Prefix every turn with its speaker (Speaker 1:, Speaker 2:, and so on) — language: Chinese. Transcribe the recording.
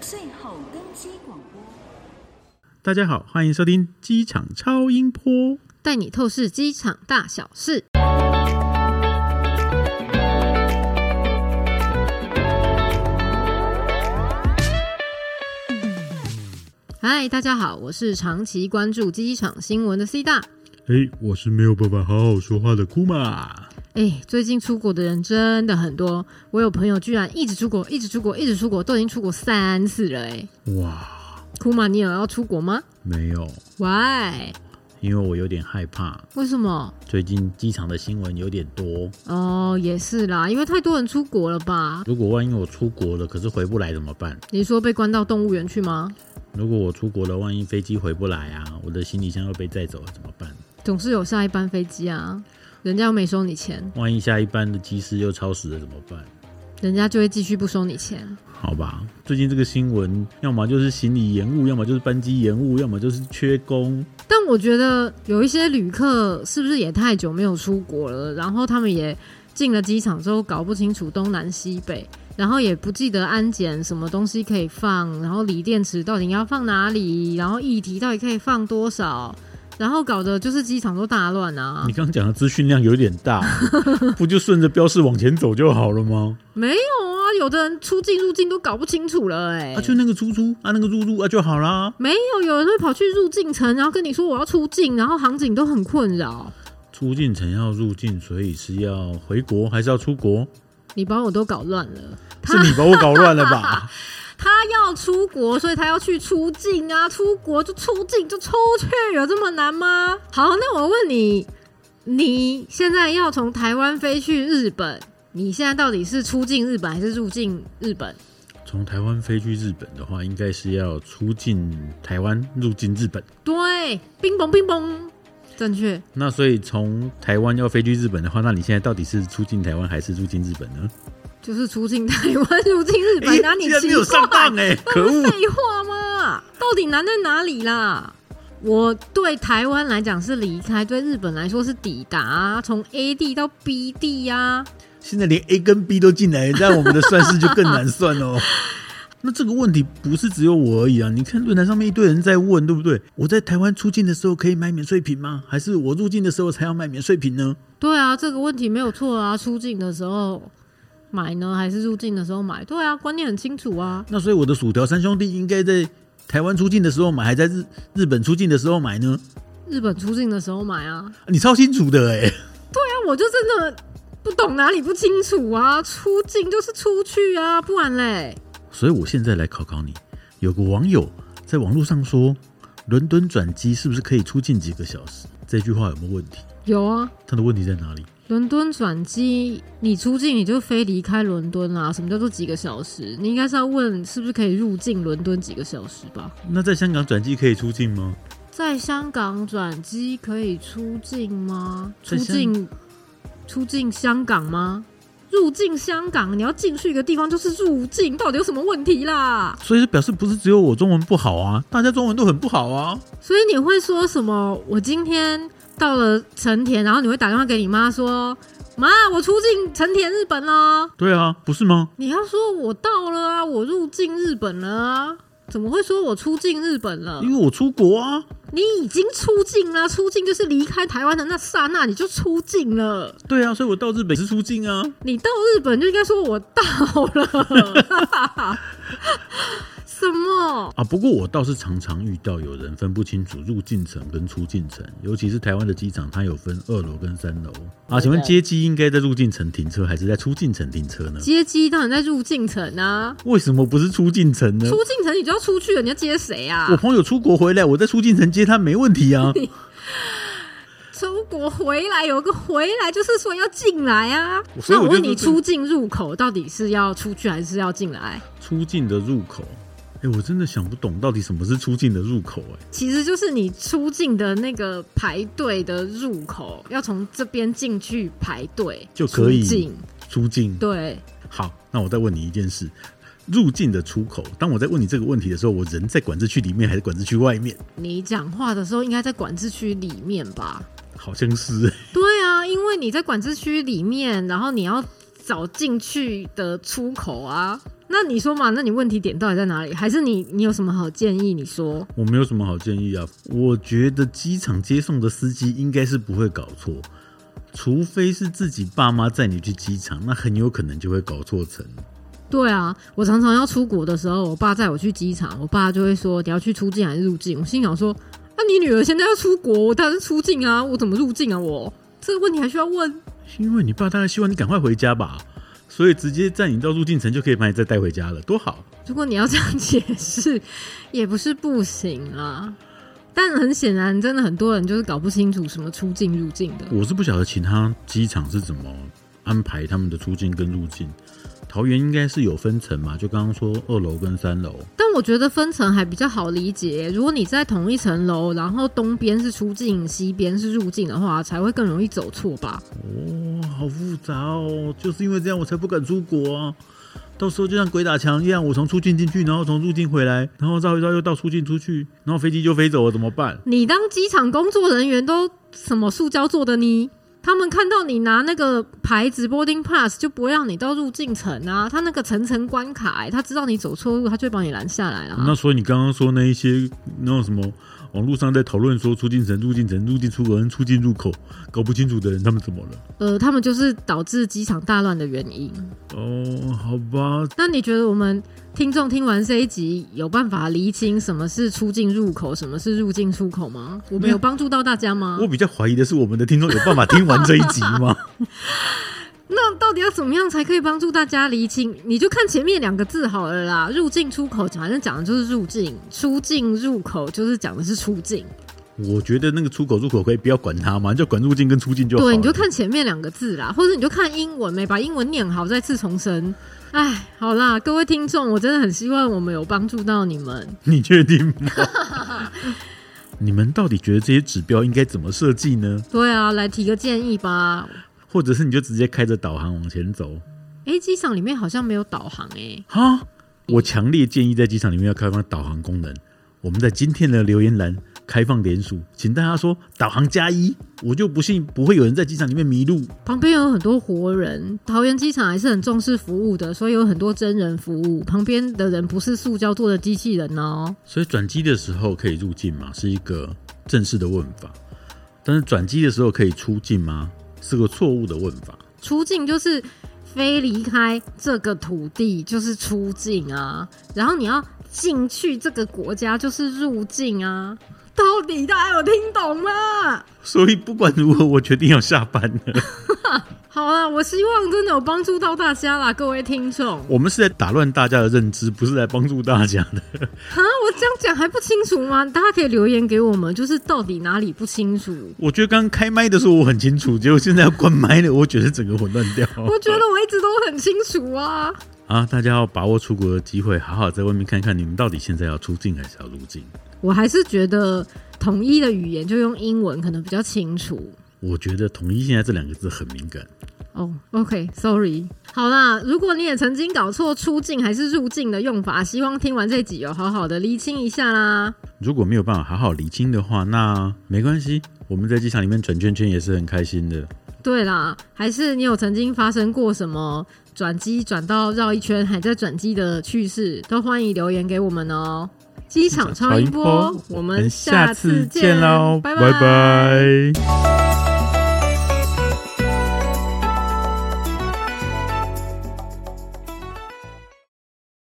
Speaker 1: 最后更新广播。
Speaker 2: 大家好，欢迎收听机场超音波。
Speaker 3: 带你透视机场大小事。嗨，大家好，我是长期关注机场新闻的 C 大。
Speaker 2: 哎，我是没有办法好好说话的库玛。
Speaker 3: 哎，最近出国的人真的很多，我有朋友居然一直出国，一直出国，一直出国，都已经出国三次了。哎，
Speaker 2: 哇，
Speaker 3: 库玛，你有要出国吗
Speaker 2: 没有，
Speaker 3: ？Why？
Speaker 2: 因为我有点害怕。
Speaker 3: 为什么？
Speaker 2: 最近机场的新闻有点多，
Speaker 3: 哦，也是啦，因为太多人出国了吧？
Speaker 2: 如果万一我出国了，可是回不来怎么办？
Speaker 3: 你说被关到动物园去吗？
Speaker 2: 如果我出国了，万一飞机回不来啊，我的行李箱又被载走了怎么办？
Speaker 3: 总是有下一班飞机啊，人家又没收你钱，
Speaker 2: 万一下一班的机师又超时了怎么办？
Speaker 3: 人家就会继续不收你钱。
Speaker 2: 好吧，最近这个新闻，要么就是行李延误，要么就是班机延误，要么就是缺工。
Speaker 3: 但我觉得有一些旅客是不是也太久没有出国了，然后他们也进了机场之后搞不清楚东南西北，然后也不记得安检什么东西可以放，然后锂电池到底要放哪里，然后议题到底可以放多少，然后搞得就是机场都大乱啊
Speaker 2: 你！刚刚讲的资讯量有点 大，不就顺着标示往前走就好了吗？
Speaker 3: 没有啊，有的人出境入境都搞不清楚了哎、
Speaker 2: 啊，就那个猪猪啊，那个猪猪啊就好啦。
Speaker 3: 没有，有人会跑去入境城，然后跟你说我要出境，然后航警都很困扰。
Speaker 2: 出境城要入境，所以是要回国还是要出 国？
Speaker 3: 你把我都搞乱了。
Speaker 2: 是你把我搞乱了吧？
Speaker 3: 他要出国，所以他要去出境啊，出国就出境就出去，有这么难吗？好，那我问你，你现在要从台湾飞去日本，你现在到底是出境日本还是入境日本？
Speaker 2: 从台湾飞去日本的话，应该是要出境台湾，入境日本。
Speaker 3: 对，冰崩冰崩，正确。
Speaker 2: 那所以从台湾要飞去日本的话，那你现在到底是出境台湾还是入境日本呢？
Speaker 3: 就是出境台湾，入境日本，
Speaker 2: 诶
Speaker 3: 哪里
Speaker 2: 竟然
Speaker 3: 奇
Speaker 2: 没有
Speaker 3: 怪
Speaker 2: 上当哎、可
Speaker 3: 那不
Speaker 2: 恶！
Speaker 3: 废话吗？到底难在哪里啦？我对台湾来讲是离开，对日本来说是抵达啊，从 A 地到 B 地呀、啊。
Speaker 2: 现在连 A 跟 B 都进来，在我们的算式就更难算哦。 那这个问题不是只有我而已啊！你看论坛上面一堆人在问，对不对？我在台湾出境的时候可以买免税品吗？还是我入境的时候才要买免税品呢？
Speaker 3: 对啊，这个问题没有错啊。出境的时候买呢，还是入境的时候买？对啊，观念很清楚啊。
Speaker 2: 那所以我的薯条三兄弟应该在台湾出境的时候买，还在日日本出境的时候买呢？
Speaker 3: 日本出境的时候买啊。
Speaker 2: 你超清楚的哎、
Speaker 3: 那我就真的不懂哪里不清楚啊。出境就是出去啊，不然嘞。
Speaker 2: 所以我现在来考考你，有个网友在网络上说，伦敦转机是不是可以出境几个小时？这句话有没有问题？
Speaker 3: 有啊，
Speaker 2: 他的问题在哪里？
Speaker 3: 伦敦转机，你出境你就飞离开伦敦啦、什么叫做几个小时？你应该是要问是不是可以入境伦敦几个小时吧？
Speaker 2: 那在香港转机可以出境吗？
Speaker 3: 在香港转机可以出境吗？
Speaker 2: 在
Speaker 3: 出
Speaker 2: 香
Speaker 3: 境出境香港吗？入境香港，你要进去一个地方就是入境，到底有什么问题啦？
Speaker 2: 所以就表示不是只有我中文不好啊，大家中文都很不好啊。
Speaker 3: 所以你会说什么？我今天到了成田，然后你会打电话给你妈说：“妈，我出境成田日本了。”
Speaker 2: 对啊，不是吗？
Speaker 3: 你要说我到了啊，我入境日本了啊，怎么会说我出境日本了
Speaker 2: 因？为我出国啊。
Speaker 3: 你已经出境了，啊出境就是离开台湾的那刹那，你就出境了。
Speaker 2: 对啊，所以我到日本是出境啊。
Speaker 3: 你到日本就应该说我到了， 什么？
Speaker 2: 啊，不过我倒是常常遇到有人分不清楚入境城跟出境城，尤其是台湾的机场，它有分二楼跟三楼啊。请问接机应该在入境城停车，还是在出境城停车 呢？
Speaker 3: 接机当然在入境城啊，
Speaker 2: 为什么不是出境城呢？
Speaker 3: 出境城你就要出去了，你要接谁啊
Speaker 2: 我？朋友出国回来，我在出境城接他没问题 啊。
Speaker 3: 出国回来有个回来，就是说要进来啊。
Speaker 2: 哦所以
Speaker 3: 那
Speaker 2: 我
Speaker 3: 我
Speaker 2: 就
Speaker 3: 问你，
Speaker 2: 说这
Speaker 3: 出境入口到底是要出去还是要进来？
Speaker 2: 出境的入口，哎、我真的想不懂到底什么是出境的入口、哎，
Speaker 3: 其实就是你出境的那个排队的入口，要从这边进去排队
Speaker 2: 就可以
Speaker 3: 出境。
Speaker 2: 出境。
Speaker 3: 对，
Speaker 2: 好，那我再问你一件事。入境的出口，当我在问你这个问题的时候，我人在管制区里面还是管制区外面？
Speaker 3: 你讲话的时候应该在管制区里面吧？
Speaker 2: 好像是、 哎
Speaker 3: 对啊，因为你在管制区里面，然后你要找进去的出口啊。那你说嘛，那你问题点到底在哪里？还是你你有什么好建议？你说
Speaker 2: 我没有什么好建议啊，我觉得机场接送的司机应该是不会搞错，除非是自己爸妈载你去机场，那很有可能就会搞错成。
Speaker 3: 对啊，我常常要出国的时候，我爸载我去机场，我爸就会说你要去出境还是入境？我心想说，那、你女儿现在要出国，我当然是出境啊，我怎么入境啊我？这个问题还需要问？
Speaker 2: 因为你爸大概希望你赶快回家吧，所以直接载你到入境城就可以把你再带回家了，多好！
Speaker 3: 如果你要这样解释，也不是不行啊。但很显然，真的很多人就是搞不清楚什么出境入境的。
Speaker 2: 我是不晓得其他机场是怎么安排他们的出境跟入境。桃园应该是有分层嘛，就刚刚说二楼跟三楼，
Speaker 3: 但我觉得分层还比较好理解。如果你在同一层楼，然后东边是出境，西边是入境的话，才会更容易走错吧？
Speaker 2: 哦，好复杂哦，就是因为这样我才不敢出国啊。到时候就像鬼打墙一样，我从出境进去，然后从入境回来，然后绕一绕又到出境出去，然后飞机就飞走了，怎么办？
Speaker 3: 你当机场工作人员都什么塑胶做的呢？他们看到你拿那个牌子 boarding pass，就不会让你到入境层啊。他那个层层关卡、欸他知道你走错路，他就会把你拦下来啊啦
Speaker 2: 那。所以你刚刚说那一些那种什么网络上在讨论说出境城、入境城、入境出口跟出境入口搞不清楚的人，他们怎么了？
Speaker 3: 呃，他们就是导致机场大乱的原因。
Speaker 2: 哦，好吧，
Speaker 3: 那你觉得我们听众听完这一集，有办法厘清什么是出境入口，什么是入境出口吗？我
Speaker 2: 没
Speaker 3: 们
Speaker 2: 有
Speaker 3: 有帮助到大家吗
Speaker 2: 我？比较怀疑的是我们的听众有办法听完这一集 吗？
Speaker 3: 那到底要怎么样才可以帮助大家厘清？你就看前面两个字好了啦，入境出口，反正讲的就是入境，出境入口就是讲的是出境。
Speaker 2: 我觉得那个出口入口可以不要管它嘛，就管入境跟出境就好了。
Speaker 3: 对，你就看前面两个字啦，或者你就看英文没把英文念好，再次重申。哎，好啦，各位听众，我真的很希望我们有帮助到你们。
Speaker 2: 你确定吗？ 你们到底觉得这些指标应该怎么设计呢？
Speaker 3: 对啊，来提个建议吧。
Speaker 2: 或者是你就直接开着导航往前走？
Speaker 3: 哎，机场里面好像没有导航哎、
Speaker 2: 哈，我强烈建议在机场里面要开放导航功能。我们在今天的留言栏开放连署，请大家说导航加一，我就不信不会有人在机场里面迷路。
Speaker 3: 旁边有很多活人，桃园机场还是很重视服务的，所以有很多真人服务。旁边的人不是塑胶做的机器人哦。
Speaker 2: 所以转机的时候可以入境吗？是一个正式的问法。但是转机的时候可以出境吗？是个错误的问法。
Speaker 3: 出境就是非离开这个土地就是出境啊，然后你要进去这个国家就是入境啊。到底大家有听懂吗？
Speaker 2: 所以不管如何，我决定要下班了。
Speaker 3: 好啦，我希望真的有帮助到大家啦，各位听众。
Speaker 2: 我们是在打乱大家的认知，不是来帮助大家的。
Speaker 3: 啊，我这样讲还不清楚吗？大家可以留言给我们，就是到底哪里不清楚？
Speaker 2: 我觉得刚开麦的时候我很清楚，结果现在要关麦了，我觉得整个混乱掉。
Speaker 3: 我觉得我一直都很清楚啊。
Speaker 2: 啊，大家要把握出国的机会，好好在外面看看，你们到底现在要出境还是要入境？
Speaker 3: 我还是觉得统一的语言就用英文可能比较清楚。
Speaker 2: 我觉得“统一”现在这两个字很敏感。
Speaker 3: 哦、o k s o r r y 好啦，如果你也曾经搞错出境还是入境的用法，希望听完这集有好好的厘清一下啦。
Speaker 2: 如果没有办法好好厘清的话，那没关系，我们在机场里面转圈圈也是很开心的。
Speaker 3: 对啦，还是你有曾经发生过什么转机转到绕一圈还在转机的趣事，都欢迎留言给我们哦。机场超音波，我们下次见
Speaker 2: 喽，
Speaker 3: 拜
Speaker 2: 拜拜